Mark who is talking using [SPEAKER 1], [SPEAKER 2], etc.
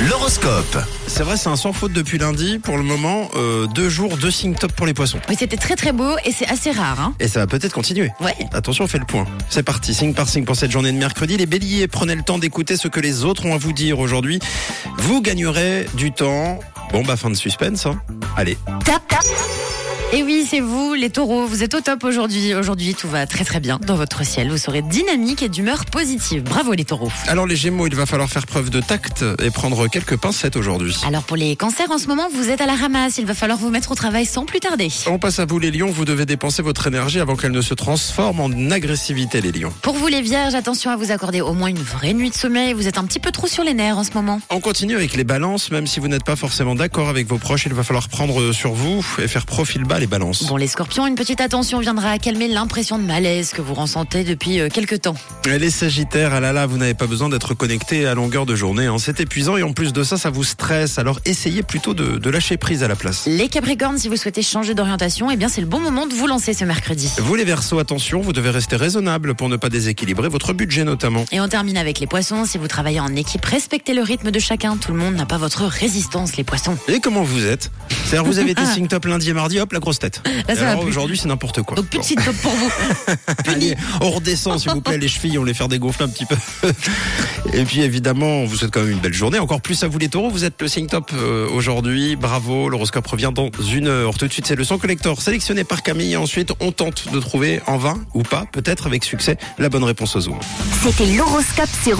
[SPEAKER 1] L'horoscope. C'est vrai, c'est un sans faute depuis lundi. Pour le moment, euh, deux jours, deux signes top pour les poissons.
[SPEAKER 2] Oui, c'était très très beau et c'est assez rare. Hein
[SPEAKER 1] Et ça va peut-être continuer.
[SPEAKER 2] ouais.
[SPEAKER 1] Attention, on fait le point. C'est parti, signe par signe pour cette journée de mercredi. Les béliers, prenez le temps d'écouter ce que les autres ont à vous dire aujourd'hui. Vous gagnerez du temps. Bon, bah, fin de suspense. hein. Allez,
[SPEAKER 2] Tap, tap. Et oui, c'est vous, les taureaux. Vous êtes au top aujourd'hui. Aujourd'hui, tout va très très bien dans votre ciel. Vous serez dynamique et d'humeur positive. Bravo, les taureaux.
[SPEAKER 1] alors les gémeaux, il va falloir faire preuve de tact et prendre quelques pincettes aujourd'hui.
[SPEAKER 2] Alors, pour les cancers, en ce moment, vous êtes à la ramasse. Il va falloir vous mettre au travail sans plus tarder.
[SPEAKER 1] On passe à vous les lions, vous devez dépenser votre énergie avant qu'elle ne se transforme en agressivité les lions.
[SPEAKER 2] Pour vous, les vierges, attention à vous accorder au moins une vraie nuit de sommeil. Vous êtes un petit peu trop sur les nerfs en ce moment.
[SPEAKER 1] On continue avec les balances, même si vous n'êtes pas forcément d'accord avec vos proches, il va falloir prendre sur vous et faire profil bas les balances.
[SPEAKER 2] Bon, les scorpions, une petite attention viendra à calmer l'impression de malaise que vous ressentez depuis euh, quelque temps.
[SPEAKER 1] Et Les sagittaires, ah là là, vous n'avez pas besoin d'être connecté à longueur de journée, hein. c'est épuisant et en plus de ça, ça vous stresse, alors essayez plutôt de, de lâcher prise à la place.
[SPEAKER 2] Les Capricornes, si vous souhaitez changer d'orientation, eh bien c'est le bon moment de vous lancer ce mercredi.
[SPEAKER 1] Vous les versos, attention, vous devez rester raisonnable pour ne pas déséquilibrer votre budget notamment.
[SPEAKER 2] Et on termine avec les poissons. Si vous travaillez en équipe, respectez le rythme de chacun. Tout le monde n'a pas votre résistance, les poissons.
[SPEAKER 1] Et comment vous êtes C'est-à-dire vous avez été signe top lundi et mardi, hop, la grosse tête.
[SPEAKER 2] Ah. Là,
[SPEAKER 1] Et
[SPEAKER 2] ça va
[SPEAKER 1] alors
[SPEAKER 2] plus.
[SPEAKER 1] aujourd'hui, c'est n'importe quoi.
[SPEAKER 2] Donc, plus de site top pour vous.
[SPEAKER 1] Allez, on redescend, s'il vous plaît, les chevilles, on les faire dégonfler un petit peu. Et puis, évidemment, on vous souhaite quand même une belle journée. Encore plus à vous, les taureaux. Vous êtes le signe top euh, aujourd'hui. Bravo. L'horoscope revient dans une heure. Tout de suite, c'est le son collector sélectionné par Camille. Et ensuite, on tente de trouver en vain ou pas, peut-être avec succès, la bonne réponse aux autres.
[SPEAKER 3] C'était l'horoscope, c'est rouge.